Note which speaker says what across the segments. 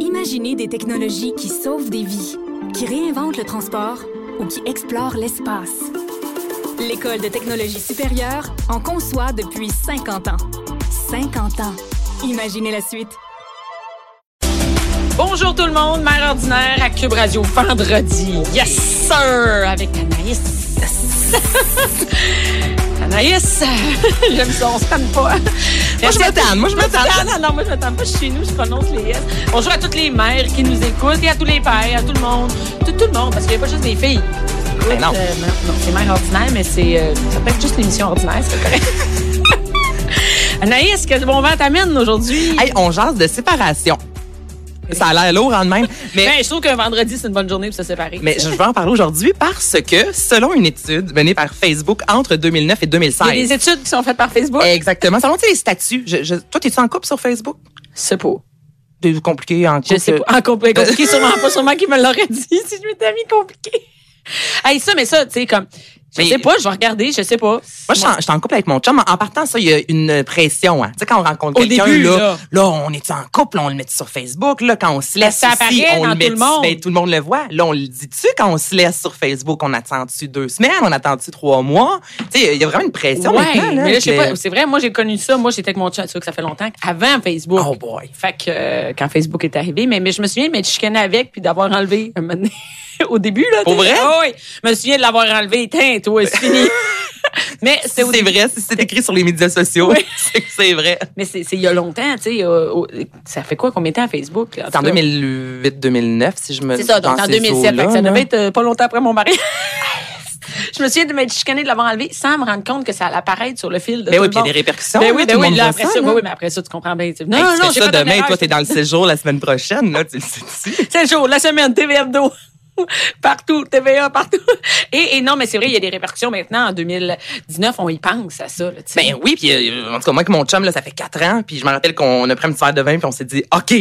Speaker 1: Imaginez des technologies qui sauvent des vies, qui réinventent le transport ou qui explorent l'espace. L'École de technologie supérieure en conçoit depuis 50 ans. 50 ans. Imaginez la suite.
Speaker 2: Bonjour tout le monde, Mère Ordinaire à Cube Radio, vendredi. Yes, sir! Avec Anaïs. Anaïs, j'aime ça, on se tanne pas. Moi, je me tanne, moi, je me tanne. Non, non, moi, je me tanne pas, je suis chez nous, je prononce les S. Bonjour à toutes les mères qui nous écoutent et à tous les pères, à tout le monde. Tout, tout le monde, parce qu'il n'y a pas juste des filles.
Speaker 3: Ben non.
Speaker 2: Écoute, euh, non, c'est Mère Ordinaire, mais c'est, euh, ça peut être juste l'émission ordinaire, c'est correct. Anaïs, quel bon vent t'amène aujourd'hui?
Speaker 3: Hey, on jase de séparation. Ça a l'air lourd en même, mais,
Speaker 2: Ben, je trouve qu'un vendredi, c'est une bonne journée pour se séparer.
Speaker 3: mais je vais en parler aujourd'hui parce que, selon une étude menée par Facebook entre 2009 et
Speaker 2: Il y a
Speaker 3: 2016,
Speaker 2: des études qui sont faites par Facebook.
Speaker 3: exactement, selon tu sais, les statuts, je, je- toi, t'es-tu en couple sur Facebook?
Speaker 2: C'est pas.
Speaker 3: C'est compliqué en couple.
Speaker 2: Je sais pas. En compl- compliqué, sûrement pas. Sûrement qu'il me l'aurait dit si je m'étais mis compliqué. Hey, ça, mais ça, tu sais, comme. Je
Speaker 3: Mais-
Speaker 2: sais pas, je vais regarder, je sais pas.
Speaker 3: Moi, je suis en- je suis en couple avec mon chum. En partant, ça, il y a une pression. Hein. Tu sais, quand on rencontre
Speaker 2: Au
Speaker 3: quelqu'un,
Speaker 2: début,
Speaker 3: là,
Speaker 2: là.
Speaker 3: là. on est en couple, on le met sur Facebook. Là, quand on se laisse
Speaker 2: Ça
Speaker 3: ici,
Speaker 2: apparaît
Speaker 3: on
Speaker 2: dans
Speaker 3: le met
Speaker 2: tout le monde.
Speaker 3: ben, tout le monde le voit. Là, on le dit-tu quand on se laisse sur Facebook? On attend-tu deux semaines? On attend-tu trois mois? Tu sais, il y a vraiment une pression
Speaker 2: Ouais,
Speaker 3: maintenant. Là,
Speaker 2: mais là, je sais
Speaker 3: avec
Speaker 2: pas. C'est vrai, moi, j'ai connu ça. Moi, j'étais avec mon chat, tu vois, que ça fait longtemps, avant
Speaker 3: le-
Speaker 2: Facebook.
Speaker 3: Oh boy.
Speaker 2: Fait que euh, quand Facebook est arrivé, mais, mais je me souviens de m'être chicanée avec puis d'avoir enlevé un moment donné, au début. Là,
Speaker 3: Pour
Speaker 2: t'sais.
Speaker 3: vrai?
Speaker 2: Ah oui, je me souviens de l'avoir enlevé. Tiens, toi, c'est fini. mais c'est
Speaker 3: C'est
Speaker 2: au
Speaker 3: vrai, si c'est écrit sur les médias sociaux, c'est que c'est vrai.
Speaker 2: Mais c'est c'est il y a longtemps, tu sais. euh, au- ça fait quoi, combien de temps Facebook? là, en
Speaker 3: C'est en
Speaker 2: tout cas?
Speaker 3: 2008-2009, si je me
Speaker 2: C'est ça, donc
Speaker 3: dans
Speaker 2: en
Speaker 3: ces
Speaker 2: 2007. fait que
Speaker 3: eaux-là,
Speaker 2: ça
Speaker 3: là.
Speaker 2: devait être euh, pas longtemps après mon mari. je me souviens de m'être chicanée de l'avoir enlevé sans me rendre compte que ça allait apparaître sur le fil de
Speaker 3: Ben
Speaker 2: tout
Speaker 3: oui,
Speaker 2: le
Speaker 3: puis il y a
Speaker 2: monde.
Speaker 3: des répercussions.
Speaker 2: Ben oui,
Speaker 3: là,
Speaker 2: ben
Speaker 3: tout le
Speaker 2: oui,
Speaker 3: monde
Speaker 2: là,
Speaker 3: voit
Speaker 2: après ça,
Speaker 3: là.
Speaker 2: oui, oui, mais après ça, tu comprends bien. tu sais, Non,
Speaker 3: Hey, tu
Speaker 2: non,
Speaker 3: fais
Speaker 2: j'ai
Speaker 3: ça
Speaker 2: fait une
Speaker 3: demain,
Speaker 2: erreur,
Speaker 3: toi, t'es dans le séjour la semaine prochaine, là, tu le sais d'ici.
Speaker 2: C'est le jour, la semaine, TV Hebdo. partout, TVA, partout. Et, et non, mais c'est vrai, il y a des répercussions maintenant. En 2019, on y pense à ça. Là, tu sais.
Speaker 3: Ben oui, puis euh, en tout cas, moi avec mon chum, là, ça fait quatre ans, puis je me rappelle qu'on a pris un petit verre de vin, puis on s'est dit, OK,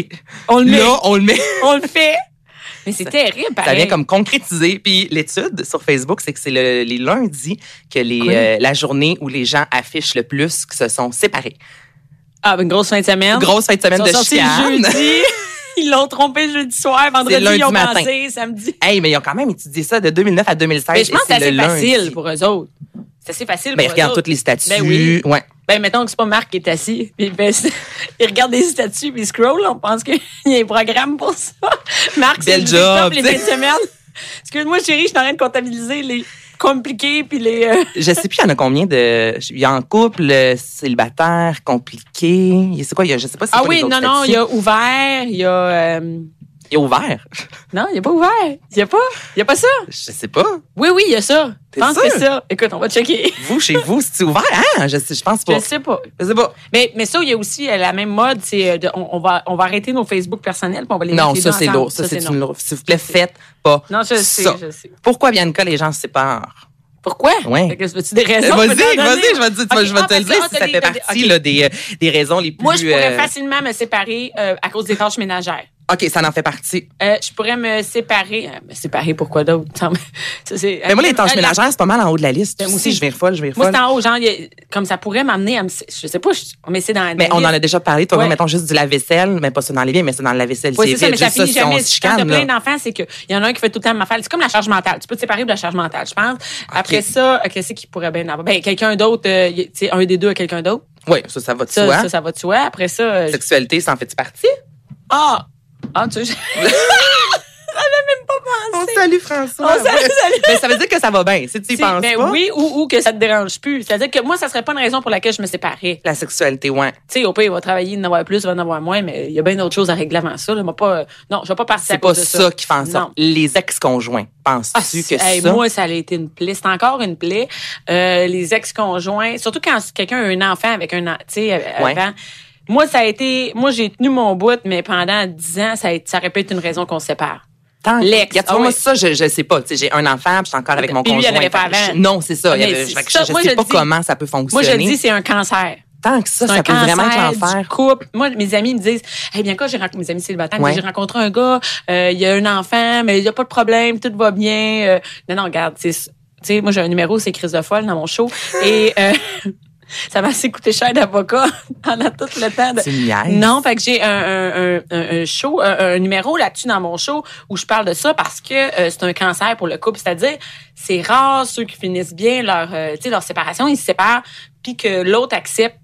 Speaker 2: on le met,
Speaker 3: là, on le met.
Speaker 2: on le fait. Mais c'est terrible,
Speaker 3: Ça
Speaker 2: pareil.
Speaker 3: vient comme concrétiser. Puis l'étude sur Facebook, c'est que c'est le- les lundis que les,
Speaker 2: Oui.
Speaker 3: euh, la journée où les gens affichent le plus que se sont séparés.
Speaker 2: Ah, une grosse fin de semaine.
Speaker 3: Grosse fin de
Speaker 2: Ils
Speaker 3: semaine
Speaker 2: sont
Speaker 3: de
Speaker 2: sortis
Speaker 3: chicane.
Speaker 2: jeudi. Ils l'ont trompé jeudi soir, vendredi,
Speaker 3: lundi
Speaker 2: ils ont
Speaker 3: matin.
Speaker 2: pensé, samedi.
Speaker 3: Hey, mais ils ont quand même étudié ça de 2009 à 2016.
Speaker 2: Mais je pense que
Speaker 3: et
Speaker 2: c'est assez
Speaker 3: le lundi.
Speaker 2: facile pour eux autres. C'est assez facile
Speaker 3: Ben, ils
Speaker 2: pour eux
Speaker 3: regardent
Speaker 2: autres.
Speaker 3: toutes les statuts.
Speaker 2: Ben oui.
Speaker 3: Ouais.
Speaker 2: Ben, mettons que c'est pas Marc qui est assis. Puis, ben, c'est- il regarde des statuts, puis il scroll. On pense qu'il y a un programme pour ça. Marc, c'est
Speaker 3: Bel
Speaker 2: le
Speaker 3: job,
Speaker 2: job les
Speaker 3: t'sais.
Speaker 2: fins de semaine. Excuse-moi, chérie, je suis en train de comptabiliser les compliqués, puis les... euh,
Speaker 3: Je sais plus, il y en a combien de. Il y a en couple, euh, célibataire, compliqué. C'est quoi? il y a- Je sais pas si
Speaker 2: Ah oui, non, non, il y a ouvert, il y a... euh,
Speaker 3: Il est ouvert.
Speaker 2: Non, il n'y a pas ouvert. Il n'y a pas. Il n'y a pas ça.
Speaker 3: Je sais pas.
Speaker 2: Oui, oui, il y a ça. Je
Speaker 3: T'es
Speaker 2: pense que
Speaker 3: sûr?
Speaker 2: c'est ça. Écoute, on va checker.
Speaker 3: Vous, chez vous, c'est ouvert? Hein? Je, sais- je pense
Speaker 2: Je
Speaker 3: pas.
Speaker 2: sais pas.
Speaker 3: Je sais pas.
Speaker 2: Mais, mais ça, il y a aussi euh, la même mode, c'est euh, de- on, on va, on va arrêter nos Facebook personnels puis on va les
Speaker 3: Non,
Speaker 2: mettre les
Speaker 3: ça,
Speaker 2: deux
Speaker 3: c'est
Speaker 2: ensemble.
Speaker 3: lourd. Ça, c'est
Speaker 2: non.
Speaker 3: une lourde. S'il vous plaît, faites pas.
Speaker 2: Non, je sais,
Speaker 3: ça.
Speaker 2: je sais.
Speaker 3: Pourquoi, Bianca, les gens se séparent?
Speaker 2: Pourquoi?
Speaker 3: Ouais.
Speaker 2: Fait que veux-tu des
Speaker 3: Vas-y,
Speaker 2: raisons?
Speaker 3: vas-y,
Speaker 2: Je peux t'en donner.
Speaker 3: je vais te, dire- tu vas-
Speaker 2: Ok,
Speaker 3: je vais
Speaker 2: ah,
Speaker 3: te le
Speaker 2: parce que-
Speaker 3: dire
Speaker 2: ah,
Speaker 3: si
Speaker 2: t'as
Speaker 3: ça
Speaker 2: des-
Speaker 3: fait
Speaker 2: t'as des-
Speaker 3: partie
Speaker 2: ok.
Speaker 3: là, des, euh, des raisons les plus.
Speaker 2: Moi, je pourrais
Speaker 3: euh,
Speaker 2: facilement me séparer euh, à cause des tâches ménagères.
Speaker 3: OK, ça en fait partie.
Speaker 2: Euh, je pourrais me séparer. euh, me séparer, pourquoi d'autre? Ça, c'est-
Speaker 3: Mais moi, les tâches
Speaker 2: Euh, la-
Speaker 3: ménagères, c'est pas mal en haut de la liste.
Speaker 2: Ben, moi
Speaker 3: Moi aussi,
Speaker 2: aussi.
Speaker 3: je vais folle, je vais
Speaker 2: Moi,
Speaker 3: folle.
Speaker 2: c'est en haut, genre, il y a- comme ça pourrait m'amener à me. sé- Je sais pas, je- mais c'est dans la
Speaker 3: Mais on en a déjà parlé. Toi,
Speaker 2: Ouais.
Speaker 3: mettons juste du lave-vaisselle, mais pas ça dans les biens, mais c'est dans le lave-vaisselle.
Speaker 2: Oui, c'est ça,
Speaker 3: vide,
Speaker 2: mais ça
Speaker 3: juste
Speaker 2: finit
Speaker 3: si on
Speaker 2: jamais.
Speaker 3: se
Speaker 2: Si Quand t'as
Speaker 3: chicane, là.
Speaker 2: plein d'enfants, c'est qu'il y en a un qui fait tout le temps ma falle. C'est comme la charge mentale. Tu peux te séparer de la charge mentale, je pense. Après ça, euh, qu'est-ce qu'il pourrait bien avoir? Ben, quelqu'un d'autre, euh, y- tu sais, un des deux à quelqu'un d'autre.
Speaker 3: Oui, ça, ça va de
Speaker 2: Ça,
Speaker 3: soi.
Speaker 2: ça, ça va de soi. Après ça, euh, je-
Speaker 3: Sexualité, ça en fait partie?
Speaker 2: ah! Ah, tu sais, j'avais même pas pensé.
Speaker 3: salue François.
Speaker 2: On salue, Oh, salut.
Speaker 3: Mais ça veut dire que ça va bien. Si tu y
Speaker 2: Tu sais,
Speaker 3: penses
Speaker 2: ben
Speaker 3: pas,
Speaker 2: oui, ou, ou que ça te dérange plus. C'est-à-dire que moi, ça serait pas une raison pour laquelle je me séparais.
Speaker 3: la sexualité, ouais.
Speaker 2: Tu sais, au pire, il va travailler, il va en avoir plus, il va en avoir moins, mais il y a bien d'autres choses à régler avant ça. Là. Moi, pas, euh, non, je vais pas partir à
Speaker 3: C'est pas
Speaker 2: cause de
Speaker 3: ça. qui fait en sorte.
Speaker 2: Non.
Speaker 3: Les ex-conjoints, penses-tu
Speaker 2: Ah,
Speaker 3: que
Speaker 2: hey,
Speaker 3: ça?
Speaker 2: Moi, ça a été une plaie. C'est encore une plaie. Euh, les ex-conjoints, surtout quand quelqu'un a un enfant avec un an, tu sais, euh,
Speaker 3: Ouais.
Speaker 2: avant. Moi, ça a été, moi, j'ai tenu mon bout, mais pendant dix ans, ça, a été- ça aurait pu être une raison qu'on se sépare.
Speaker 3: Tant que-
Speaker 2: l'ex,
Speaker 3: Regarde, tu
Speaker 2: ah
Speaker 3: vois, moi,
Speaker 2: oui.
Speaker 3: ça, je, je sais pas. Tu sais, j'ai un enfant, puis je suis encore avec mon
Speaker 2: Puis lui, il y en
Speaker 3: conjoint.
Speaker 2: avait pas
Speaker 3: Fait que je-
Speaker 2: avant.
Speaker 3: Non, c'est ça. Il y
Speaker 2: Mais
Speaker 3: avait-
Speaker 2: c'est
Speaker 3: fait que
Speaker 2: ça,
Speaker 3: je
Speaker 2: moi,
Speaker 3: sais
Speaker 2: je
Speaker 3: pas
Speaker 2: dis-
Speaker 3: comment ça peut
Speaker 2: Moi, je
Speaker 3: fonctionner.
Speaker 2: le dis, c'est un cancer.
Speaker 3: Tant que ça,
Speaker 2: C'est un
Speaker 3: ça peut
Speaker 2: cancer
Speaker 3: vraiment être
Speaker 2: du
Speaker 3: l'enfer.
Speaker 2: couple. Moi, mes amis me disent, eh bien, quand j'ai rencontré, mes amis célibataires, me
Speaker 3: Ouais.
Speaker 2: disent, j'ai rencontré un gars, euh, il y a un enfant, mais il n'y a pas de problème, tout va bien. Euh, non, non, regarde, c'est, tu sais, moi, j'ai un numéro, c'est Crise de folle dans mon show. Et, euh, ça m'a assez coûté cher d'avocat pendant tout le temps. De...
Speaker 3: Tu me niaises.
Speaker 2: Non, fait que j'ai un, un, un- un- un show, un, un numéro là-dessus dans mon show où je parle de ça parce que euh, c'est un cancer pour le couple. C'est-à-dire, c'est rare ceux qui finissent bien leur, euh, tu sais, leur séparation, ils se séparent, puis que l'autre accepte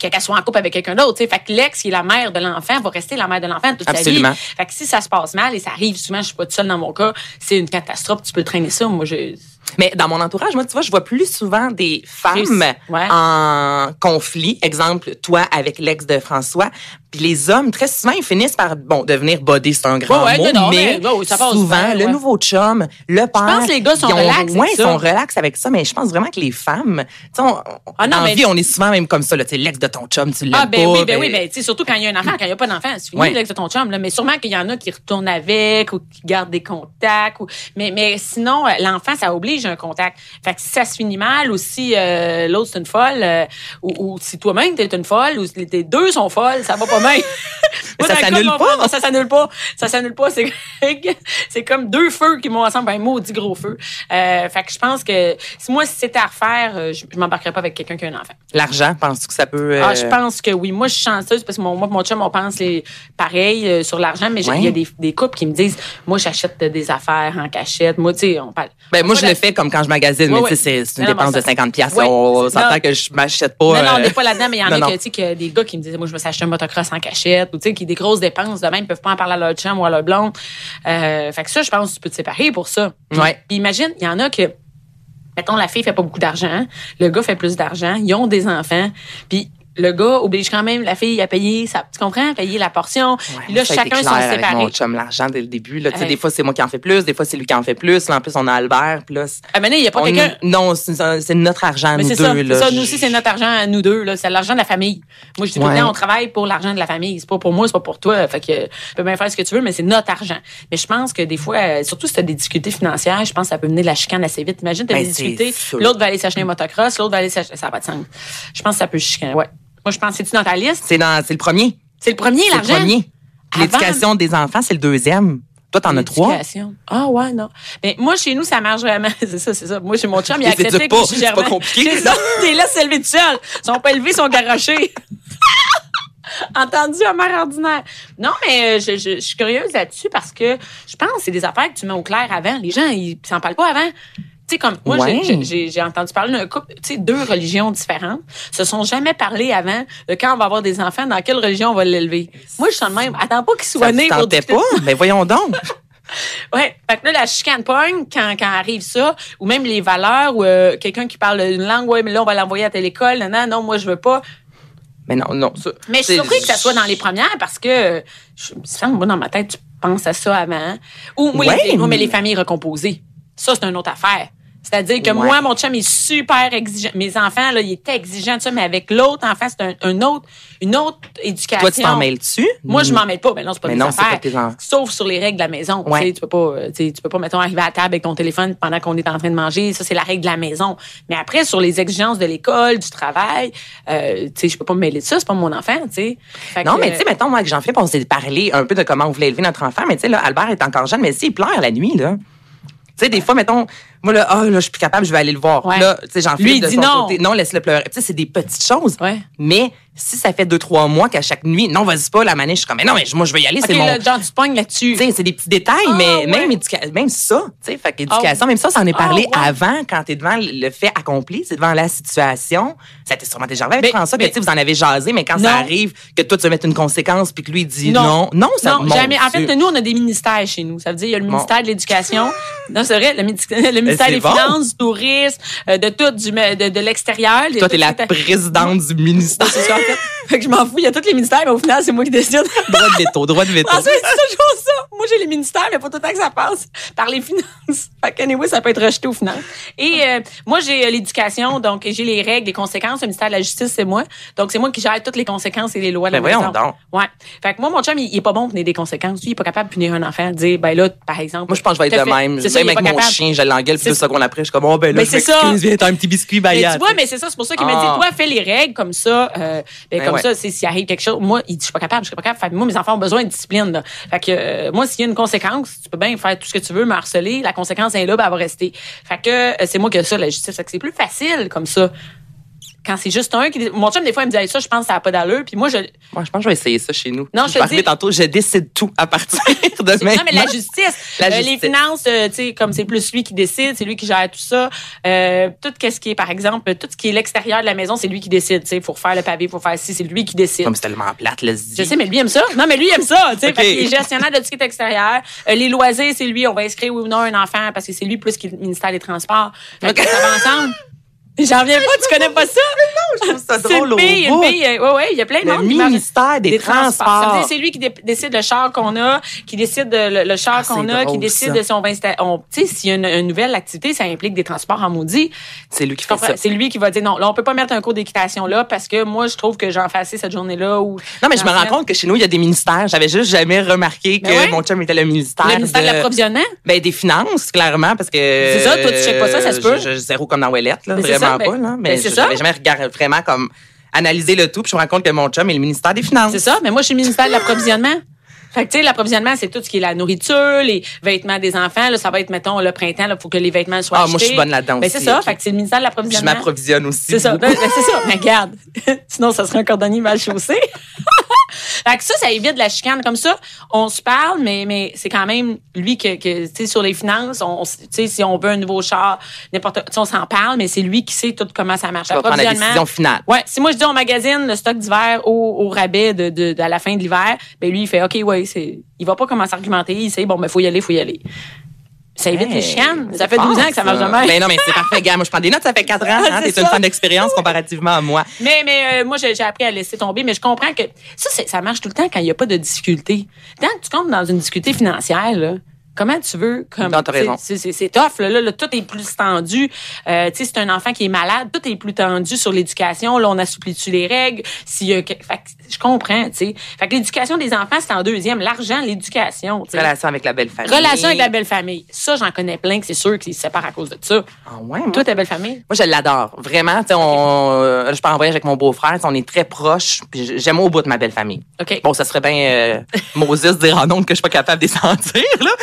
Speaker 2: que- qu'elle soit en couple avec quelqu'un d'autre. tu sais. Fait que l'ex, qui est la mère de l'enfant, va rester la mère de l'enfant toute
Speaker 3: Absolument.
Speaker 2: sa vie. Fait que si ça se passe mal, et ça arrive souvent, je suis pas toute seule dans mon cas, c'est une catastrophe, tu peux traîner ça. Moi, je...
Speaker 3: Mais dans mon entourage, moi, tu vois, je vois plus souvent des femmes
Speaker 2: Réussi- ouais.
Speaker 3: en conflit. Exemple, toi avec l'ex de François. Puis les hommes, très souvent, ils finissent par, bon, devenir body, c'est un grand
Speaker 2: Ouais, ouais,
Speaker 3: mot,
Speaker 2: non, non,
Speaker 3: mais,
Speaker 2: mais, ouais, ça passe
Speaker 3: souvent,
Speaker 2: bien,
Speaker 3: le
Speaker 2: ouais.
Speaker 3: nouveau chum, le père.
Speaker 2: pense que les gars sont
Speaker 3: ils ont-
Speaker 2: relax avec
Speaker 3: ouais, ils
Speaker 2: ça.
Speaker 3: sont relax avec ça, mais je pense vraiment que les femmes, tu sais, on,
Speaker 2: Ah non,
Speaker 3: en
Speaker 2: mais-
Speaker 3: vie, on est souvent même comme ça, là, tu sais, l'ex de ton chum, tu l'aimes
Speaker 2: Ah ben
Speaker 3: pas,
Speaker 2: oui, ben
Speaker 3: ben-
Speaker 2: oui, ben tu sais surtout quand il y a un enfant, quand il n'y a pas d'enfant, c'est fini
Speaker 3: Ouais.
Speaker 2: là, que c'est ton chum là, mais sûrement qu'il y en a qui retournent avec ou qui gardent des contacts ou mais mais sinon euh, l'enfant ça oblige un contact. Fait que si ça se finit mal ou si euh, l'autre c'est une folle euh, ou, ou si toi-même t'es une folle ou si les- tes deux sont folles, ça va pas bien. Moi,
Speaker 3: Mais
Speaker 2: dans le
Speaker 3: ça
Speaker 2: cas de
Speaker 3: s'annule
Speaker 2: mon
Speaker 3: pas.
Speaker 2: frère, non, ça s'annule pas. Ça s'annule pas. C'est, c'est comme deux feux qui vont ensemble, un maudit gros feu. Euh, fait que je pense que, si moi, si c'était à refaire, euh, je, je m'embarquerais pas avec quelqu'un qui a un enfant.
Speaker 3: L'argent, penses-tu que ça peut,
Speaker 2: Ah,
Speaker 3: euh,
Speaker 2: je pense que oui. Moi, je suis chanceuse parce que mon, moi et mon chum, on pense les, pareil euh, sur l'argent, mais j'ai- il
Speaker 3: Ouais.
Speaker 2: y a des, des couples qui me disent Moi, j'achète euh, des affaires en cachette. Moi, tu sais, on parle.
Speaker 3: Ben, moi,
Speaker 2: Moi,
Speaker 3: je
Speaker 2: la-
Speaker 3: le fais comme quand je magasine,
Speaker 2: Ouais,
Speaker 3: mais tu
Speaker 2: ouais.
Speaker 3: sais, c'est- c'est une
Speaker 2: Non, non,
Speaker 3: dépense
Speaker 2: mais
Speaker 3: de
Speaker 2: ça-
Speaker 3: 50 pièces.
Speaker 2: Ouais,
Speaker 3: on
Speaker 2: c'est- non.
Speaker 3: s'entend que je m'achète pas.
Speaker 2: non, non, on
Speaker 3: euh,
Speaker 2: n'est pas là-dedans, mais il y en
Speaker 3: non,
Speaker 2: a
Speaker 3: non.
Speaker 2: que, tu sais, que des gars qui me disaient Moi, je me suis acheté un motocross en cachette, ou tu sais, qui des grosses dépenses de même, ils peuvent pas en parler à leur chum ou à leur blonde. Euh, fait que ça, je pense que tu peux te séparer pour ça.
Speaker 3: Ouais.
Speaker 2: Puis imagine, il y en a que. Mettons, la fille fait pas beaucoup d'argent, hein, le gars fait plus d'argent, ils ont des enfants, puis le gars oblige quand même la fille à payer sa, tu comprends, à payer la portion. Puis là,
Speaker 3: ça a été
Speaker 2: chacun
Speaker 3: clair
Speaker 2: sont
Speaker 3: avec
Speaker 2: séparés.
Speaker 3: Mon chum, l'argent dès le début. Là, Tu sais,
Speaker 2: Ouais.
Speaker 3: Des fois, c'est moi qui en fais plus, des fois, c'est lui qui en fait plus. Là, en plus, on a Albert. Puis là, c'est-
Speaker 2: Ah, mais non, il n'y a pas
Speaker 3: on-
Speaker 2: quelqu'un.
Speaker 3: Non, c'est c'est notre argent,
Speaker 2: Mais
Speaker 3: nous
Speaker 2: c'est
Speaker 3: deux.
Speaker 2: ça,
Speaker 3: là.
Speaker 2: ça, nous aussi, c'est notre argent à nous deux, là. C'est l'argent de la famille. Moi, je dis tout le
Speaker 3: Ouais.
Speaker 2: temps, on travaille pour l'argent de la famille. C'est pas pour moi, c'est pas pour toi. Fait que, euh, tu peux bien faire ce que tu veux, mais c'est notre argent. Mais je pense que des fois, euh, surtout si t'as des difficultés financières, je pense que ça peut mener de la chicane assez vite. Imagine, t'as
Speaker 3: Ben,
Speaker 2: des
Speaker 3: c'est
Speaker 2: difficultés,
Speaker 3: sûr.
Speaker 2: l'autre va aller s'acheter un motocross, l'autre va aller s'acheter, ça va de sens. Je pense que ça peut chicaner, ouais. Moi, je pense, c'est-tu dans ta liste?
Speaker 3: C'est dans- c'est le premier.
Speaker 2: C'est le premier,
Speaker 3: C'est le
Speaker 2: l'argent?
Speaker 3: premier.
Speaker 2: Avant-
Speaker 3: L'éducation des enfants, c'est le deuxième. Toi, t'en as trois.
Speaker 2: L'éducation. Ah ouais, non. Mais moi, chez nous, ça marche vraiment. C'est ça, c'est ça. Moi, chez mon chum, il a
Speaker 3: Et c'est
Speaker 2: accepté
Speaker 3: dur
Speaker 2: que
Speaker 3: pas.
Speaker 2: je suis
Speaker 3: C'est
Speaker 2: germaine.
Speaker 3: pas compliqué,
Speaker 2: C'est
Speaker 3: là.
Speaker 2: ça. T'es là, c'est levé tout seul. Ils sont pas élevés, ils sont garochés. Entendu, un mère ordinaire. Non, mais euh, je, je, je suis curieuse là-dessus parce que je pense que c'est des affaires que tu mets au clair avant. Les gens, ils s'en parlent pas avant. Tu sais, comme moi, j'ai-
Speaker 3: Ouais.
Speaker 2: j'ai- j'ai j'ai entendu parler d'un couple, tu sais, deux religions différentes, se sont jamais parlé avant de quand on va avoir des enfants, dans quelle religion on va l'élever. Moi, je suis le même. Attends pas qu'ils soient
Speaker 3: Ça ne
Speaker 2: nés pour
Speaker 3: tentait
Speaker 2: discuter
Speaker 3: pas? Ben voyons donc.
Speaker 2: Ouais, fait que là la chicane pogne quand quand arrive ça ou même les valeurs ou euh, quelqu'un qui parle une langue ouais mais là on va l'envoyer à telle école non non non moi je veux pas
Speaker 3: Mais non, non. ça-
Speaker 2: mais je suis
Speaker 3: c'est-
Speaker 2: surpris que ça soit dans les premières parce que euh, je il me semble moi dans ma tête tu penses à ça avant hein. ou moi
Speaker 3: Ouais,
Speaker 2: les, moi, mais
Speaker 3: mais-
Speaker 2: les familles recomposées ça c'est une autre affaire c'est-à-dire que moi
Speaker 3: Ouais.
Speaker 2: mon chum est super exigeant mes enfants là il était exigeant de ça mais avec l'autre enfant c'est un, un autre une autre éducation
Speaker 3: Toi, tu t'en mêles-tu?
Speaker 2: moi, je m'en mêle pas. Mais non, c'est pas
Speaker 3: Mm. Mais
Speaker 2: mes
Speaker 3: non, c'est
Speaker 2: affaires.
Speaker 3: pas tes en-
Speaker 2: Sauf sur les règles de la maison.
Speaker 3: Ouais.
Speaker 2: Tu sais, tu peux pas, euh, tu sais, tu peux pas, mettons, arriver à la table avec ton téléphone pendant qu'on est en train de manger. Ça, c'est la règle de la maison. Mais après, sur les exigences de l'école, du travail, euh, tu sais, je peux pas me mêler de ça. C'est pas mon enfant, tu sais. Fait
Speaker 3: Non,
Speaker 2: que,
Speaker 3: mais tu sais, mettons, moi, que j'en fais, on s'est parlé un peu de comment on voulait élever notre enfant. Mais tu sais, là, Albert est encore jeune, mais s'il pleure la nuit, là. Tu sais, des fois, mettons, moi, là, ah, là, je suis plus capable, je vais aller le voir.
Speaker 2: Ouais.
Speaker 3: Là, tu sais, j'en
Speaker 2: Lui, il
Speaker 3: de
Speaker 2: dit
Speaker 3: son
Speaker 2: non.
Speaker 3: côté. Non, laisse-le pleurer. Tu sais, c'est des petites choses.
Speaker 2: Ouais.
Speaker 3: Mais si ça fait deux, trois mois qu'à chaque nuit, non, vas-y pas, la manège, je suis comme, mais non, mais moi, je veux y aller,
Speaker 2: euh, OK,
Speaker 3: c'est mon.
Speaker 2: là, genre, tu te pognes là-dessus.
Speaker 3: Tu sais, c'est des petits détails,
Speaker 2: Ah,
Speaker 3: mais
Speaker 2: ouais.
Speaker 3: même, éduca- même ça, tu sais, fait qu'éducation,
Speaker 2: Ah,
Speaker 3: même ça, ça en est
Speaker 2: ah,
Speaker 3: parlé
Speaker 2: ouais.
Speaker 3: avant, quand t'es devant le fait accompli, c'est devant la situation. Ça t'est sûrement déjà arrivé avec
Speaker 2: Mais-
Speaker 3: François, que
Speaker 2: mais-
Speaker 3: tu sais, vous en avez jasé, mais quand
Speaker 2: Non.
Speaker 3: ça arrive, que toi, tu vas mettre une conséquence, puis que lui, il dit
Speaker 2: Non.
Speaker 3: non. Non, ça
Speaker 2: non,
Speaker 3: mon
Speaker 2: jamais. En
Speaker 3: Dieu.
Speaker 2: fait, nous, on a des ministères chez nous. Ça veut dire, il y a le ministère de l'Éducation. Non, c'est vrai, le, midi- le ministère
Speaker 3: Eh, c'est
Speaker 2: des
Speaker 3: bon.
Speaker 2: Finances, du Tourisme, euh, de tout, du, de, de l'extérieur.
Speaker 3: Toi, t'es la
Speaker 2: Tout-
Speaker 3: présidente du
Speaker 2: Non,
Speaker 3: ministère.
Speaker 2: c'est ça, en fait. Fait que je m'en fous. Il y a tous les ministères, mais au final, c'est moi qui décide.
Speaker 3: droit de veto, droit de veto.
Speaker 2: François, c'est toujours ça. Moi, j'ai les ministères, mais pas tout le temps que ça passe par les finances. Fait que, anyway, ça peut être rejeté aux finances. Et euh, moi, j'ai euh, l'éducation, donc j'ai les règles, les conséquences. Le ministère de la Justice, c'est moi. Donc, c'est moi qui gère toutes les conséquences et les lois de
Speaker 3: Ben
Speaker 2: la maison.
Speaker 3: voyons donc.
Speaker 2: Ouais. Fait que moi, mon chum, il, il est pas bon pour punir des conséquences. Lui, il est pas capable de punir un enfant. de Dire, ben là, par exemple...
Speaker 3: Moi, je pense que je vais
Speaker 2: t'as
Speaker 3: être de
Speaker 2: fait-
Speaker 3: même.
Speaker 2: C'est
Speaker 3: C'est
Speaker 2: ça, il est
Speaker 3: avec
Speaker 2: pas
Speaker 3: mon
Speaker 2: capable.
Speaker 3: chien, je l'engueule, puis
Speaker 2: C'est-
Speaker 3: deux secondes après, je suis comme, oh, ben là,
Speaker 2: Mais
Speaker 3: je
Speaker 2: c'est ça.
Speaker 3: m'excuse, viens, t'as un petit biscuit, ben,
Speaker 2: Mais
Speaker 3: hier.
Speaker 2: tu vois, mais c'est ça, c'est pour ça qu'il m'a dit,
Speaker 3: Ah.
Speaker 2: toi, fais les règles comme ça. Euh, ben,
Speaker 3: Ben
Speaker 2: comme
Speaker 3: ouais.
Speaker 2: ça, c'est- s'il arrive quelque chose, moi, il dit, je suis pas capable, je suis pas capable. Fait que moi, mes enfants ont besoin de discipline. là. Fait que euh, moi, s'il y a une conséquence, tu peux bien faire tout ce que tu veux, me harceler, la conséquence elle est là, ben, elle va rester. Fait que euh, c'est moi qui ai ça, la justice. Fait que c'est plus facile comme ça. quand c'est juste un qui. Mon chum, des fois, il me dit Hey, ça, je pense que ça n'a pas d'allure. Puis moi, je.
Speaker 3: Moi, je pense que je vais essayer ça chez nous.
Speaker 2: Non, je te
Speaker 3: vais arriver
Speaker 2: dis-
Speaker 3: tantôt, je décide tout à partir de maintenant.
Speaker 2: Non, mais la justice.
Speaker 3: La
Speaker 2: Euh, les
Speaker 3: justice.
Speaker 2: finances, euh, tu sais, comme c'est plus lui qui décide, c'est lui qui gère tout ça. Euh, tout ce qui est, par exemple, tout ce qui est l'extérieur de la maison, c'est lui qui décide. Tu sais, pour faire le pavé, pour faire ci, c'est lui qui décide.
Speaker 3: Comme c'est tellement plate, là, se
Speaker 2: Je
Speaker 3: dire.
Speaker 2: sais, mais lui aime ça. Non, mais lui aime ça. Tu sais,
Speaker 3: Ok.
Speaker 2: parce qu'il est gestionnaire de tout ce qui est extérieur. Euh, les loisirs, c'est lui. On va inscrire oui ou non un enfant parce que c'est lui plus qui est le ministère des Transports. Fait que
Speaker 3: Ok.
Speaker 2: ça va ensemble. J'en viens pas, tu connais pas ça?
Speaker 3: je trouve ça
Speaker 2: C'est
Speaker 3: drôle
Speaker 2: une
Speaker 3: au
Speaker 2: fille, une
Speaker 3: bout.
Speaker 2: fille. euh, Ouais, ouais, il y a plein de
Speaker 3: Le
Speaker 2: monde qui marche-
Speaker 3: ministère des,
Speaker 2: Ça veut dire
Speaker 3: Transports.
Speaker 2: que c'est lui qui dé- décide le char qu'on a, qui décide de- le, le char
Speaker 3: Ah, c'est
Speaker 2: qu'on a, qui
Speaker 3: drôle,
Speaker 2: décide
Speaker 3: ça.
Speaker 2: si on va insta- on- Tu sais, s'il y a une, une nouvelle activité, ça implique des transports en maudit.
Speaker 3: C'est lui qui
Speaker 2: Tu
Speaker 3: fait
Speaker 2: comprends?
Speaker 3: ça.
Speaker 2: C'est lui qui va dire non, là, on peut pas mettre un cours d'équitation là parce que moi, je trouve que j'en fais assez cette journée-là. ou
Speaker 3: Non, mais je me
Speaker 2: j'en
Speaker 3: rends
Speaker 2: fais-
Speaker 3: compte que chez nous, il y a des ministères. J'avais juste jamais remarqué que
Speaker 2: Mais Ben ouais.
Speaker 3: mon chum était le ministère.
Speaker 2: Le ministère de l'approvisionnement.
Speaker 3: Ben, des finances, clairement, parce que.
Speaker 2: C'est ça, toi, tu checkes pas ça, ça se peut?
Speaker 3: Je, je- zéro comme dans Ouellette, là.
Speaker 2: Mais c'est ça,
Speaker 3: Vraiment pas,
Speaker 2: ben-
Speaker 3: là.
Speaker 2: ben,
Speaker 3: Mais
Speaker 2: c'est
Speaker 3: je-
Speaker 2: ça.
Speaker 3: j'avais jamais regardé vraiment comme analyser le tout, puis je me rends compte que mon chum est le ministère des Finances.
Speaker 2: C'est ça, mais moi, je suis ministère de l'approvisionnement. Fait que, tu sais, l'approvisionnement, c'est tout ce qui est la nourriture, les vêtements des enfants. Là, ça va être, mettons, le printemps, il faut que les vêtements soient
Speaker 3: Ah,
Speaker 2: achetés.
Speaker 3: moi, je suis bonne là-dedans
Speaker 2: Mais c'est
Speaker 3: aussi,
Speaker 2: ça,
Speaker 3: ok.
Speaker 2: fait que c'est le ministère de
Speaker 3: Puis je
Speaker 2: l'approvisionnement.
Speaker 3: m'approvisionne aussi.
Speaker 2: C'est ça.
Speaker 3: beaucoup.
Speaker 2: Ben, ben, c'est ça. Mais regarde. Sinon, ça serait un cordonnier mal chaussé. fait que ça, ça évite la chicane. Comme ça, on se parle, mais, mais c'est quand même lui que, que tu sais, sur les finances, on, on- tu sais, si on veut un nouveau char, n'importe, tu sais, on s'en parle, mais c'est lui qui sait tout comment ça marche.
Speaker 3: Je vais prendre la
Speaker 2: L'approvisionnement,
Speaker 3: décision finale.
Speaker 2: Ouais, si moi je dis on magazine le stock d'hiver au, au rabais de, de, de- à la fin de l'hiver, ben lui il fait OK ouais, c'est il va pas commencer à argumenter, il sait bon mais faut y aller, faut y aller. Ça évite les
Speaker 3: Hey,
Speaker 2: chiennes.
Speaker 3: c'est
Speaker 2: Ça fait 12
Speaker 3: fort,
Speaker 2: ans que ça marche de même.
Speaker 3: Ben non, mais c'est parfait, gars. Moi, je prends des notes, ça fait 4 ans.
Speaker 2: Ah,
Speaker 3: hein.
Speaker 2: c'est
Speaker 3: T'es une
Speaker 2: ça.
Speaker 3: fan d'expérience comparativement à moi.
Speaker 2: Mais, mais euh, moi, j'ai j'ai appris à laisser tomber, mais je comprends que ça, c'est- ça marche tout le temps quand il n'y a pas de difficulté. Tant que tu comptes dans une difficulté financière, là, comment tu veux? Comme,
Speaker 3: Non, t'as
Speaker 2: c'est-
Speaker 3: raison.
Speaker 2: C'est c'est- c'est tough, là, là, là, tout est plus tendu. Euh, tu sais, c'est un enfant qui est malade, tout est plus tendu sur l'éducation. Là, on assouplit-tu les règles? S'il y a que- fait que je comprends, tu sais. Fait que l'éducation des enfants, c'est en deuxième. L'argent, l'éducation, tu sais.
Speaker 3: Relation avec la belle famille.
Speaker 2: Relation avec la belle famille. Ça, j'en connais plein que c'est sûr qu'ils se séparent à cause de ça.
Speaker 3: Ah ouais, moi,
Speaker 2: Toi, ta belle famille?
Speaker 3: Moi, je l'adore. Vraiment, tu sais, on, euh, je pars en voyage avec mon beau-frère, tu sais, on est très proches. puis j- J'aime au bout de ma belle-famille.
Speaker 2: OK.
Speaker 3: Bon, ça serait bien euh, Moses dire en ondes que je suis pas capable de les sentir, là.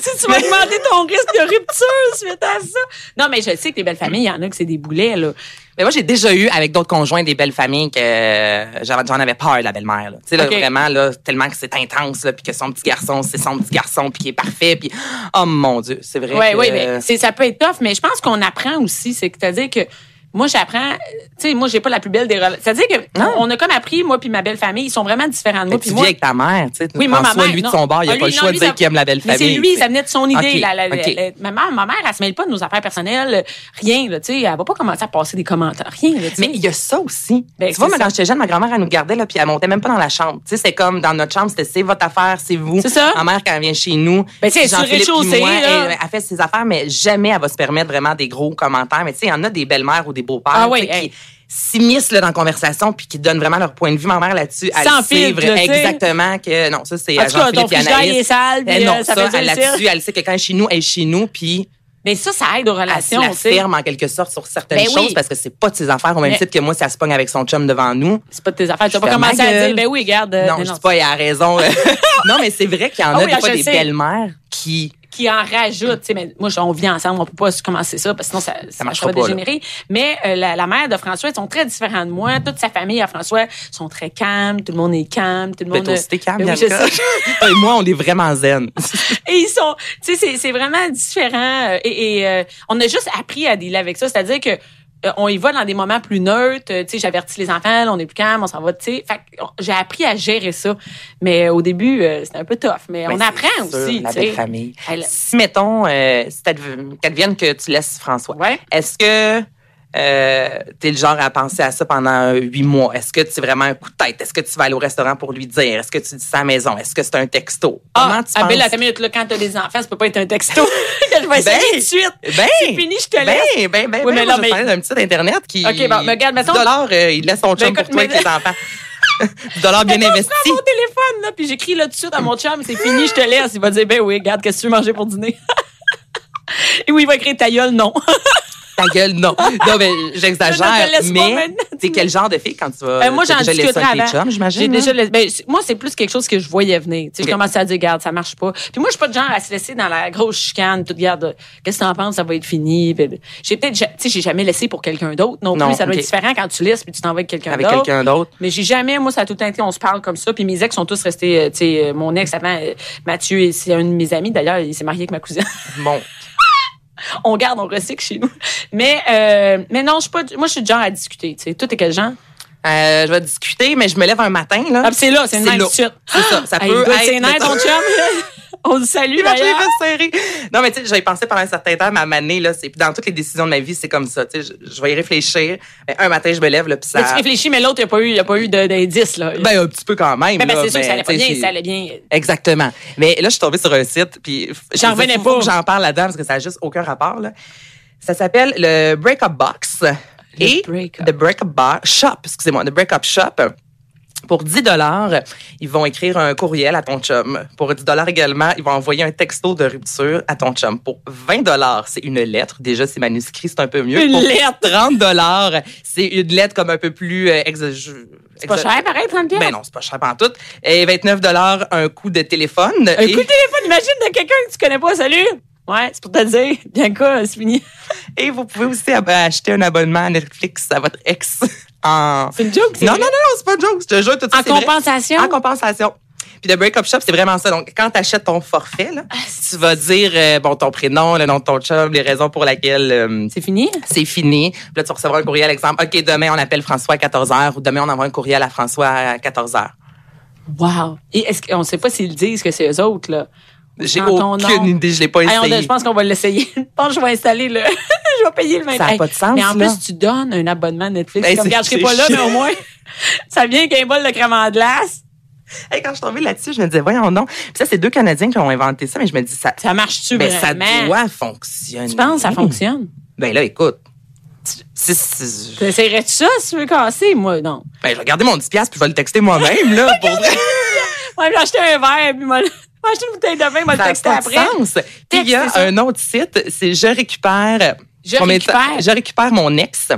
Speaker 2: Si tu m'as demandé ton risque de rupture suite à ça. Non, mais je sais que les belles familles, il y en a que c'est des boulets, là.
Speaker 3: Mais moi, j'ai déjà eu avec d'autres conjoints des belles familles que euh, j'avais- j'en avais peur de la belle-mère. là. Tu sais, là,
Speaker 2: Ok.
Speaker 3: vraiment, là, tellement que c'est intense, là, puis que son petit garçon, c'est son petit garçon, puis qui est parfait, puis oh mon Dieu, c'est vrai.
Speaker 2: Ouais,
Speaker 3: que-
Speaker 2: ouais, mais c'est, ça peut être tough, mais je pense qu'on apprend aussi. C'est que, c'est-à-dire que, moi, j'apprends, tu sais, moi, j'ai pas la plus belle des relations. C'est-à-dire que,
Speaker 3: Non.
Speaker 2: on a comme appris, moi puis ma belle famille, ils sont vraiment différents de
Speaker 3: Mais
Speaker 2: moi.
Speaker 3: tu
Speaker 2: Puis
Speaker 3: vis
Speaker 2: moi,
Speaker 3: avec ta mère, tu sais. tu
Speaker 2: Oui, moi,
Speaker 3: prends
Speaker 2: ma
Speaker 3: soin
Speaker 2: mère.
Speaker 3: de lui, de
Speaker 2: non.
Speaker 3: son bar, il
Speaker 2: Ah,
Speaker 3: a
Speaker 2: lui,
Speaker 3: pas le
Speaker 2: non,
Speaker 3: choix
Speaker 2: lui,
Speaker 3: de dire
Speaker 2: ça-
Speaker 3: qu'il aime la belle famille.
Speaker 2: Mais c'est lui,
Speaker 3: tu sais.
Speaker 2: ça venait de son idée.
Speaker 3: Ok,
Speaker 2: La, la- la-
Speaker 3: ok.
Speaker 2: la- ma, mère, ma mère, elle se mêle pas de nos affaires personnelles, rien, là, tu sais. Elle va pas commencer à passer des commentaires, rien, là, tu sais.
Speaker 3: Mais il y a ça aussi.
Speaker 2: Ben,
Speaker 3: tu vois,
Speaker 2: c'est
Speaker 3: moi,
Speaker 2: ça.
Speaker 3: quand j'étais jeune, ma grand-mère, elle nous gardait, là, puis elle montait même pas dans la chambre. Tu sais, c'est comme dans notre chambre, c'était c'est votre affaire, c'est vous.
Speaker 2: C'est ça.
Speaker 3: Ma mère, quand elle vient chez nous,
Speaker 2: Ben, tu sais, sur le
Speaker 3: Jean-Philippe puis
Speaker 2: rez-de-chaussée,
Speaker 3: moi,
Speaker 2: là.
Speaker 3: elle, elle fait ses affaires, mais jamais elle va se permettre vraiment des gros commentaires. Mais tu sais, il y en a des belles-mères ou des beaux-pères
Speaker 2: Ah
Speaker 3: tu
Speaker 2: oui,
Speaker 3: sais,
Speaker 2: hey.
Speaker 3: qui s'immiscent là, dans la conversation puis qui donnent vraiment leur point de vue. Ma mère, là-dessus, elle
Speaker 2: Sans
Speaker 3: sait
Speaker 2: filtre,
Speaker 3: vra-
Speaker 2: là, tu sais.
Speaker 3: exactement que... Non, ça, c'est
Speaker 2: En
Speaker 3: à
Speaker 2: tout cas, ton
Speaker 3: Jean-Philippe et
Speaker 2: frigidaire, il est
Speaker 3: Anaïs.
Speaker 2: sale,
Speaker 3: Eh
Speaker 2: puis,
Speaker 3: non,
Speaker 2: euh, ça
Speaker 3: ça,
Speaker 2: fait
Speaker 3: elle,
Speaker 2: du
Speaker 3: là-dessus, elle sait que quand elle est chez nous, elle est chez nous, puis
Speaker 2: Mais ça, ça aide aux
Speaker 3: elle se
Speaker 2: relations,
Speaker 3: la
Speaker 2: tu sais.
Speaker 3: ferme en quelque sorte sur certaines
Speaker 2: Ben oui.
Speaker 3: choses parce que c'est pas de ses affaires au même
Speaker 2: Mais-
Speaker 3: titre que moi si elle se pogne avec son chum devant nous.
Speaker 2: C'est pas de tes affaires. Tu vas
Speaker 3: Je
Speaker 2: pas
Speaker 3: ferme ma
Speaker 2: commencer à
Speaker 3: gueule.
Speaker 2: dire, ben oui, regarde. euh,
Speaker 3: Non,
Speaker 2: mais
Speaker 3: je dis pas, il a raison. euh, non, mais c'est vrai qu'il y en
Speaker 2: Ah
Speaker 3: a
Speaker 2: oui, ah,
Speaker 3: des fois
Speaker 2: je
Speaker 3: des
Speaker 2: sais.
Speaker 3: belles-mères qui.
Speaker 2: qui en rajoute. tu sais, Mais moi, je- on vit ensemble, on peut pas se commencer ça parce que sinon ça, ça,
Speaker 3: marchera
Speaker 2: va
Speaker 3: pas, là.
Speaker 2: dégénérer. Mais euh, la, la mère de François, ils sont très différents de moi. Toute sa famille à François sont très calmes. Tout le monde est calme. Tout le
Speaker 3: Ben,
Speaker 2: monde.
Speaker 3: toi aussi, t'es calme,
Speaker 2: Ben oui, je
Speaker 3: Bianca.
Speaker 2: sais.
Speaker 3: Toi et moi, on est vraiment zen.
Speaker 2: Et ils sont, tu sais, c'est- c'est vraiment différent. euh, Et, et, euh, on a juste appris à dealer avec ça. C'est-à-dire que euh, on y va dans des moments plus neutres. euh, Tu sais, j'avertis les enfants, là, on est plus calme, on s'en va. Tu sais, Fait que, on- j'ai appris à gérer ça. Mais au début, euh, c'était un peu tough. Mais on
Speaker 3: Ben,
Speaker 2: apprend
Speaker 3: c'est sûr,
Speaker 2: aussi.
Speaker 3: La
Speaker 2: tu sais.
Speaker 3: belle famille.
Speaker 2: Elle-
Speaker 3: Si, mettons, euh, si t'adv- qu'advienne que tu laisses François,
Speaker 2: Ouais.
Speaker 3: est-ce que. Euh, t'es le genre à penser à ça pendant huit mois. Est-ce que tu es vraiment un coup de tête? Est-ce que tu vas aller au restaurant pour lui dire? Est-ce que tu dis ça à la maison? Est-ce que c'est un texto?
Speaker 2: Ah,
Speaker 3: tu
Speaker 2: ah
Speaker 3: penses-
Speaker 2: ben là, t'as minute, là, quand t'as des enfants, ça peut pas être un texto. je vais essayer
Speaker 3: Ben,
Speaker 2: tout de suite.
Speaker 3: Ben,
Speaker 2: C'est fini, je te
Speaker 3: ben,
Speaker 2: laisse.
Speaker 3: Ben, ben, ben,
Speaker 2: Oui, mais
Speaker 3: moi,
Speaker 2: là,
Speaker 3: je
Speaker 2: mais-
Speaker 3: parlais d'un petit site internet qui.
Speaker 2: OK, bon, mais regarde, mettons- Ben,
Speaker 3: 10 dollars, euh, il laisse son chum
Speaker 2: écoute,
Speaker 3: pour toi et
Speaker 2: mais-
Speaker 3: tes enfants. 10 dollars bien
Speaker 2: Mettons,
Speaker 3: investi.
Speaker 2: Je prends mon téléphone, là, puis j'écris là tout de suite à mon chum, c'est fini, je te laisse. Il va dire, ben oui, regarde, qu'est-ce que tu veux manger pour dîner? Et oui, il va écrire ta gueule, non.
Speaker 3: ta gueule, non. Non, mais
Speaker 2: Non, non,
Speaker 3: j'exagère.
Speaker 2: mais laisse-moi
Speaker 3: mais
Speaker 2: maintenant.
Speaker 3: c'est quel genre de fille quand tu vas.
Speaker 2: Euh, moi,
Speaker 3: t'as
Speaker 2: j'en
Speaker 3: déjà laissé
Speaker 2: discuterai
Speaker 3: un de tes
Speaker 2: avant.
Speaker 3: chums, j'imagine.
Speaker 2: J'ai
Speaker 3: hein?
Speaker 2: déjà laissé- ben, c'est- moi, c'est plus quelque chose que je voyais venir. Tu sais, Je
Speaker 3: Ok.
Speaker 2: commençais à dire, garde, ça marche pas. Puis moi, je suis pas de genre à se laisser dans la grosse chicane, toute garde. Qu'est-ce que t'en penses, ça va être fini. Puis, puis, J'ai peut-être, ja- tu sais, j'ai jamais laissé pour quelqu'un d'autre non,
Speaker 3: Non,
Speaker 2: plus. Ça doit
Speaker 3: ok.
Speaker 2: être différent quand tu laisses puis tu t'en vas avec quelqu'un
Speaker 3: Avec
Speaker 2: d'autre.
Speaker 3: quelqu'un d'autre.
Speaker 2: Mais j'ai jamais, moi, ça a tout le temps été, on se parle comme ça. Puis mes ex sont tous restés, euh, tu sais, euh, mon ex avant, euh, Mathieu, c'est un de mes amis. D'ailleurs, il s'est marié avec ma cousine.
Speaker 3: Bon.
Speaker 2: on garde, on recycle chez nous. Mais, euh, mais non, je suis pas, du- moi, je suis du genre à discuter, tu sais. Toi, t'es quel genre?
Speaker 3: Euh, je vais discuter, mais je me lève un matin, là.
Speaker 2: Ah, puis c'est là, c'est une
Speaker 3: C'est
Speaker 2: même
Speaker 3: là.
Speaker 2: suite.
Speaker 3: C'est ça. Ça
Speaker 2: Hey,
Speaker 3: peut
Speaker 2: il doit
Speaker 3: être.
Speaker 2: être ses nerfs, ton chum. On le salue,
Speaker 3: Imagine les
Speaker 2: d'ailleurs.
Speaker 3: fesses serrées. Non, mais tu sais, j'avais pensé pendant un certain temps, mais à maner, là, c'est, dans toutes les décisions de ma vie, c'est comme ça. Tu sais, je, je vais y réfléchir. Mais un matin, je me lève, là, puis ça.
Speaker 2: Mais tu réfléchis, mais l'autre, il n'y a pas eu, il a pas eu de- d'indice, là. Ben,
Speaker 3: Ben, un petit peu quand même.
Speaker 2: ben,
Speaker 3: là,
Speaker 2: c'est sûr que ça allait pas
Speaker 3: tu sais,
Speaker 2: bien,
Speaker 3: c'est-
Speaker 2: ça allait bien.
Speaker 3: Exactement. Mais là, je suis tombée sur un site, puis
Speaker 2: J'en
Speaker 3: f- je disais,
Speaker 2: revenais
Speaker 3: faut- faut
Speaker 2: pas.
Speaker 3: que J'en parle là-dedans parce que ça n'a juste aucun rapport. Là. Ça s'appelle le Breakup Box et
Speaker 2: Break Up.
Speaker 3: The Breakup Bar Shop, excusez-moi, The Breakup Shop. Pour 10 dollars, ils vont écrire un courriel à ton chum. Pour 10 dollars également, ils vont envoyer un texto de rupture à ton chum. Pour 20 dollars, c'est une lettre. Déjà, c'est manuscrit, c'est un peu mieux.
Speaker 2: Une
Speaker 3: Pour
Speaker 2: lettre.
Speaker 3: 30 dollars, c'est une lettre comme un peu plus euh, ex- je-
Speaker 2: C'est pas
Speaker 3: ex-
Speaker 2: cher, pareil, 30 pièces.
Speaker 3: ben non, c'est pas cher en tout. Et 29 un coup de téléphone.
Speaker 2: Un
Speaker 3: et,
Speaker 2: coup de téléphone, imagine de quelqu'un que tu connais pas, salut. Ouais, c'est pour te dire. Bien quoi, c'est fini.
Speaker 3: et vous pouvez aussi ab- acheter un abonnement à Netflix à votre ex en...
Speaker 2: C'est une joke, c'est
Speaker 3: Non, non,
Speaker 2: vrai?
Speaker 3: non, non, c'est pas une joke. Je te jure, tout ça,
Speaker 2: En
Speaker 3: c'est vrai.
Speaker 2: compensation?
Speaker 3: En compensation. Puis le break-up shop, c'est vraiment ça. Donc, quand tu achètes ton forfait,
Speaker 2: Ah,
Speaker 3: là, tu vas dire euh, bon ton prénom, le nom de ton chum, les raisons pour lesquelles euh,
Speaker 2: C'est fini?
Speaker 3: c'est fini. Puis là, tu vas recevoir un courriel, exemple, OK, demain, on appelle François à 14h ou demain, on envoie un courriel à François à 14h.
Speaker 2: Wow. Et est-ce qu'on sait pas s'ils disent que c'est eux autres, là?
Speaker 3: J'ai
Speaker 2: Dans ton
Speaker 3: aucune
Speaker 2: nom.
Speaker 3: idée, je l'ai pas
Speaker 2: Hey, on-
Speaker 3: essayé.
Speaker 2: je pense qu'on va l'essayer. Je pense que je vais installer le. je vais payer le même.
Speaker 3: Ça a pas de sens,
Speaker 2: Mais en
Speaker 3: là.
Speaker 2: plus, tu donnes un abonnement Netflix.
Speaker 3: Hey,
Speaker 2: comme,
Speaker 3: Ben,
Speaker 2: regarde,
Speaker 3: c'est-
Speaker 2: je serai
Speaker 3: c'est
Speaker 2: pas là,
Speaker 3: chiant.
Speaker 2: mais au moins, ça vient qu'un bol de crème en glace.
Speaker 3: Hey, quand je suis tombée là-dessus, je me disais, voyons donc. Puis ça, c'est deux Canadiens qui ont inventé ça, mais je me dis, ça,
Speaker 2: Ça marche-tu
Speaker 3: ben, ça
Speaker 2: vraiment?
Speaker 3: doit fonctionner.
Speaker 2: Tu penses que ça fonctionne?
Speaker 3: Ben là, écoute. Si, si-
Speaker 2: T'essayerais-tu ça si tu veux casser? Moi, non.
Speaker 3: ben, je vais garder mon 10$ puis je vais le texter moi-même, là, pour vrai.
Speaker 2: Moi, je vais acheter un verre, puis moi, je vais acheter une bouteille de vin, moi, le
Speaker 3: Ça a
Speaker 2: texter
Speaker 3: pas de
Speaker 2: après.
Speaker 3: sens. Puis il y a
Speaker 2: Textez ça.
Speaker 3: un autre site, c'est Je récupère.
Speaker 2: Je
Speaker 3: Combien de temps-
Speaker 2: récupère.
Speaker 3: Je récupère mon ex.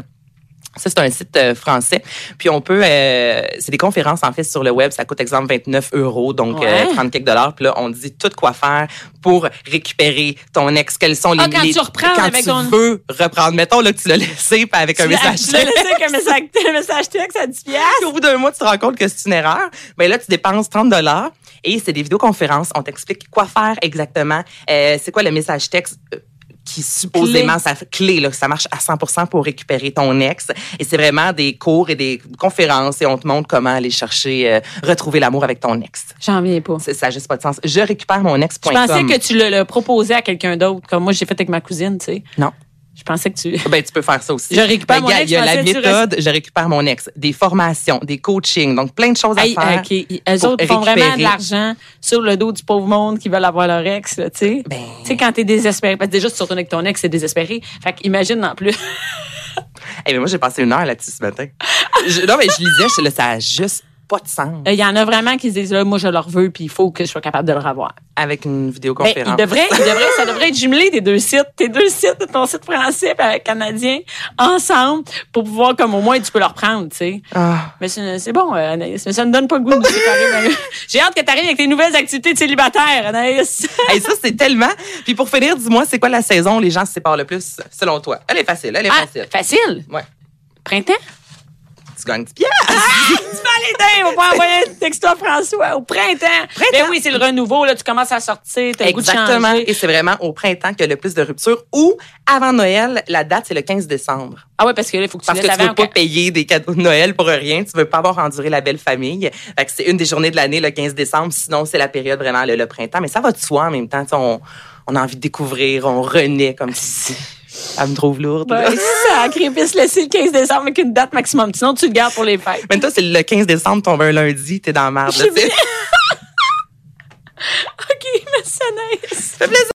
Speaker 3: Ça, c'est un site euh, français. Puis on peut... euh, c'est des conférences, en fait, sur le web. Ça coûte, exemple, 29 euros, donc
Speaker 2: Ouais.
Speaker 3: euh, 30 quelques dollars. Puis là, on dit tout quoi faire pour récupérer ton ex. Quels sont les...
Speaker 2: Ah, quand
Speaker 3: les-
Speaker 2: tu reprends
Speaker 3: quand
Speaker 2: avec
Speaker 3: tu
Speaker 2: ton-
Speaker 3: veux reprendre. Mettons là, que tu l'as laissé puis avec un
Speaker 2: Tu l'as-
Speaker 3: message
Speaker 2: Tu l'as laissé avec un message, un message texte à 10 piastres.
Speaker 3: puis au bout d'un mois, tu te rends compte que c'est une erreur. Ben là, tu dépenses 30 dollars et c'est des vidéoconférences. On t'explique quoi faire exactement. Euh, c'est quoi le message texte euh, qui supposément ça clé là, ça marche à 100% pour récupérer ton ex et c'est vraiment des cours et des conférences et on te montre comment aller chercher euh, retrouver l'amour avec ton ex.
Speaker 2: J'en viens pas.
Speaker 3: C'est- Ça n'a juste pas de sens. Je récupère mon ex.
Speaker 2: Je pensais que tu le, le proposais à quelqu'un d'autre, comme moi, j'ai fait avec ma cousine, tu sais.
Speaker 3: non.
Speaker 2: Je pensais que tu.
Speaker 3: Ben, tu peux faire ça aussi.
Speaker 2: Je récupère
Speaker 3: Ben,
Speaker 2: mon
Speaker 3: gars,
Speaker 2: ex,
Speaker 3: Il y a
Speaker 2: je
Speaker 3: la
Speaker 2: pensais que tu
Speaker 3: méthode, je récupère mon ex, des formations, des coachings, donc plein de choses à
Speaker 2: Hey, euh,
Speaker 3: faire.
Speaker 2: OK. Elles
Speaker 3: euh, pour
Speaker 2: autres font vraiment de
Speaker 3: récupérer.
Speaker 2: l'argent sur le dos du pauvre monde qui veulent avoir leur ex, là, tu sais.
Speaker 3: Ben.
Speaker 2: Tu sais, quand t'es désespéré. Parce que déjà, si tu retournes avec ton ex, c'est désespéré. Fait qu'imagine en plus.
Speaker 3: Eh mais moi, j'ai passé une heure là-dessus ce matin. Je- non, mais je lisais, je là, ça a juste pas de sens
Speaker 2: Il y en a vraiment qui se disent, là, moi, je leur veux, puis il faut que je sois capable de le revoir.
Speaker 3: avec une
Speaker 2: Ben,
Speaker 3: vidéoconférence.
Speaker 2: il devrait, il devrait, ça devrait être jumelé des deux sites, tes deux sites, ton site français et canadien, ensemble, pour pouvoir, comme au moins, tu peux leur prendre, tu sais.
Speaker 3: Ah.
Speaker 2: Mais c'est c'est bon, euh, Anaïs, mais ça ne donne pas le goût de nous séparer, Manu. J'ai hâte que tu arrives avec tes nouvelles activités de célibataire, Anaïs.
Speaker 3: Hey, ça, c'est tellement. Puis pour finir, dis-moi, c'est quoi la saison où les gens se séparent le plus, selon toi? Elle est facile, elle est
Speaker 2: Ah,
Speaker 3: facile.
Speaker 2: facile.
Speaker 3: Ouais.
Speaker 2: Printemps?
Speaker 3: Tu gagnes 10 piastres.
Speaker 2: Tu vas aller dingue, on va envoyer un texto à François au printemps. Ben oui, c'est le renouveau, là, tu commences à sortir, t'as le goût de
Speaker 3: Exactement.
Speaker 2: changer.
Speaker 3: Et c'est vraiment au printemps qu'il y a le plus de ruptures ou avant Noël, la date, c'est le 15 décembre.
Speaker 2: Ah ouais, parce que là, il faut que tu
Speaker 3: Parce que
Speaker 2: laisses
Speaker 3: tu veux
Speaker 2: avant.
Speaker 3: pas payer des cadeaux de Noël pour rien. Tu veux pas avoir enduré la belle famille. Fait que c'est une des journées de l'année, le 15 décembre. Sinon, c'est la période vraiment le, le printemps. Mais ça va de soi en même temps. Tu sais, On, on a envie de découvrir, on renaît comme si. Elle me trouve lourde. là.
Speaker 2: Ben, sacré, puis se laisser le 15 décembre avec une date maximum. Sinon, tu le gardes pour les fêtes.
Speaker 3: Même toi, c'est le 15 décembre, tombe un lundi, t'es dans la merde. là,
Speaker 2: Je
Speaker 3: tu sais.
Speaker 2: OK, merci Anaïs.
Speaker 3: Ça fait plaisir.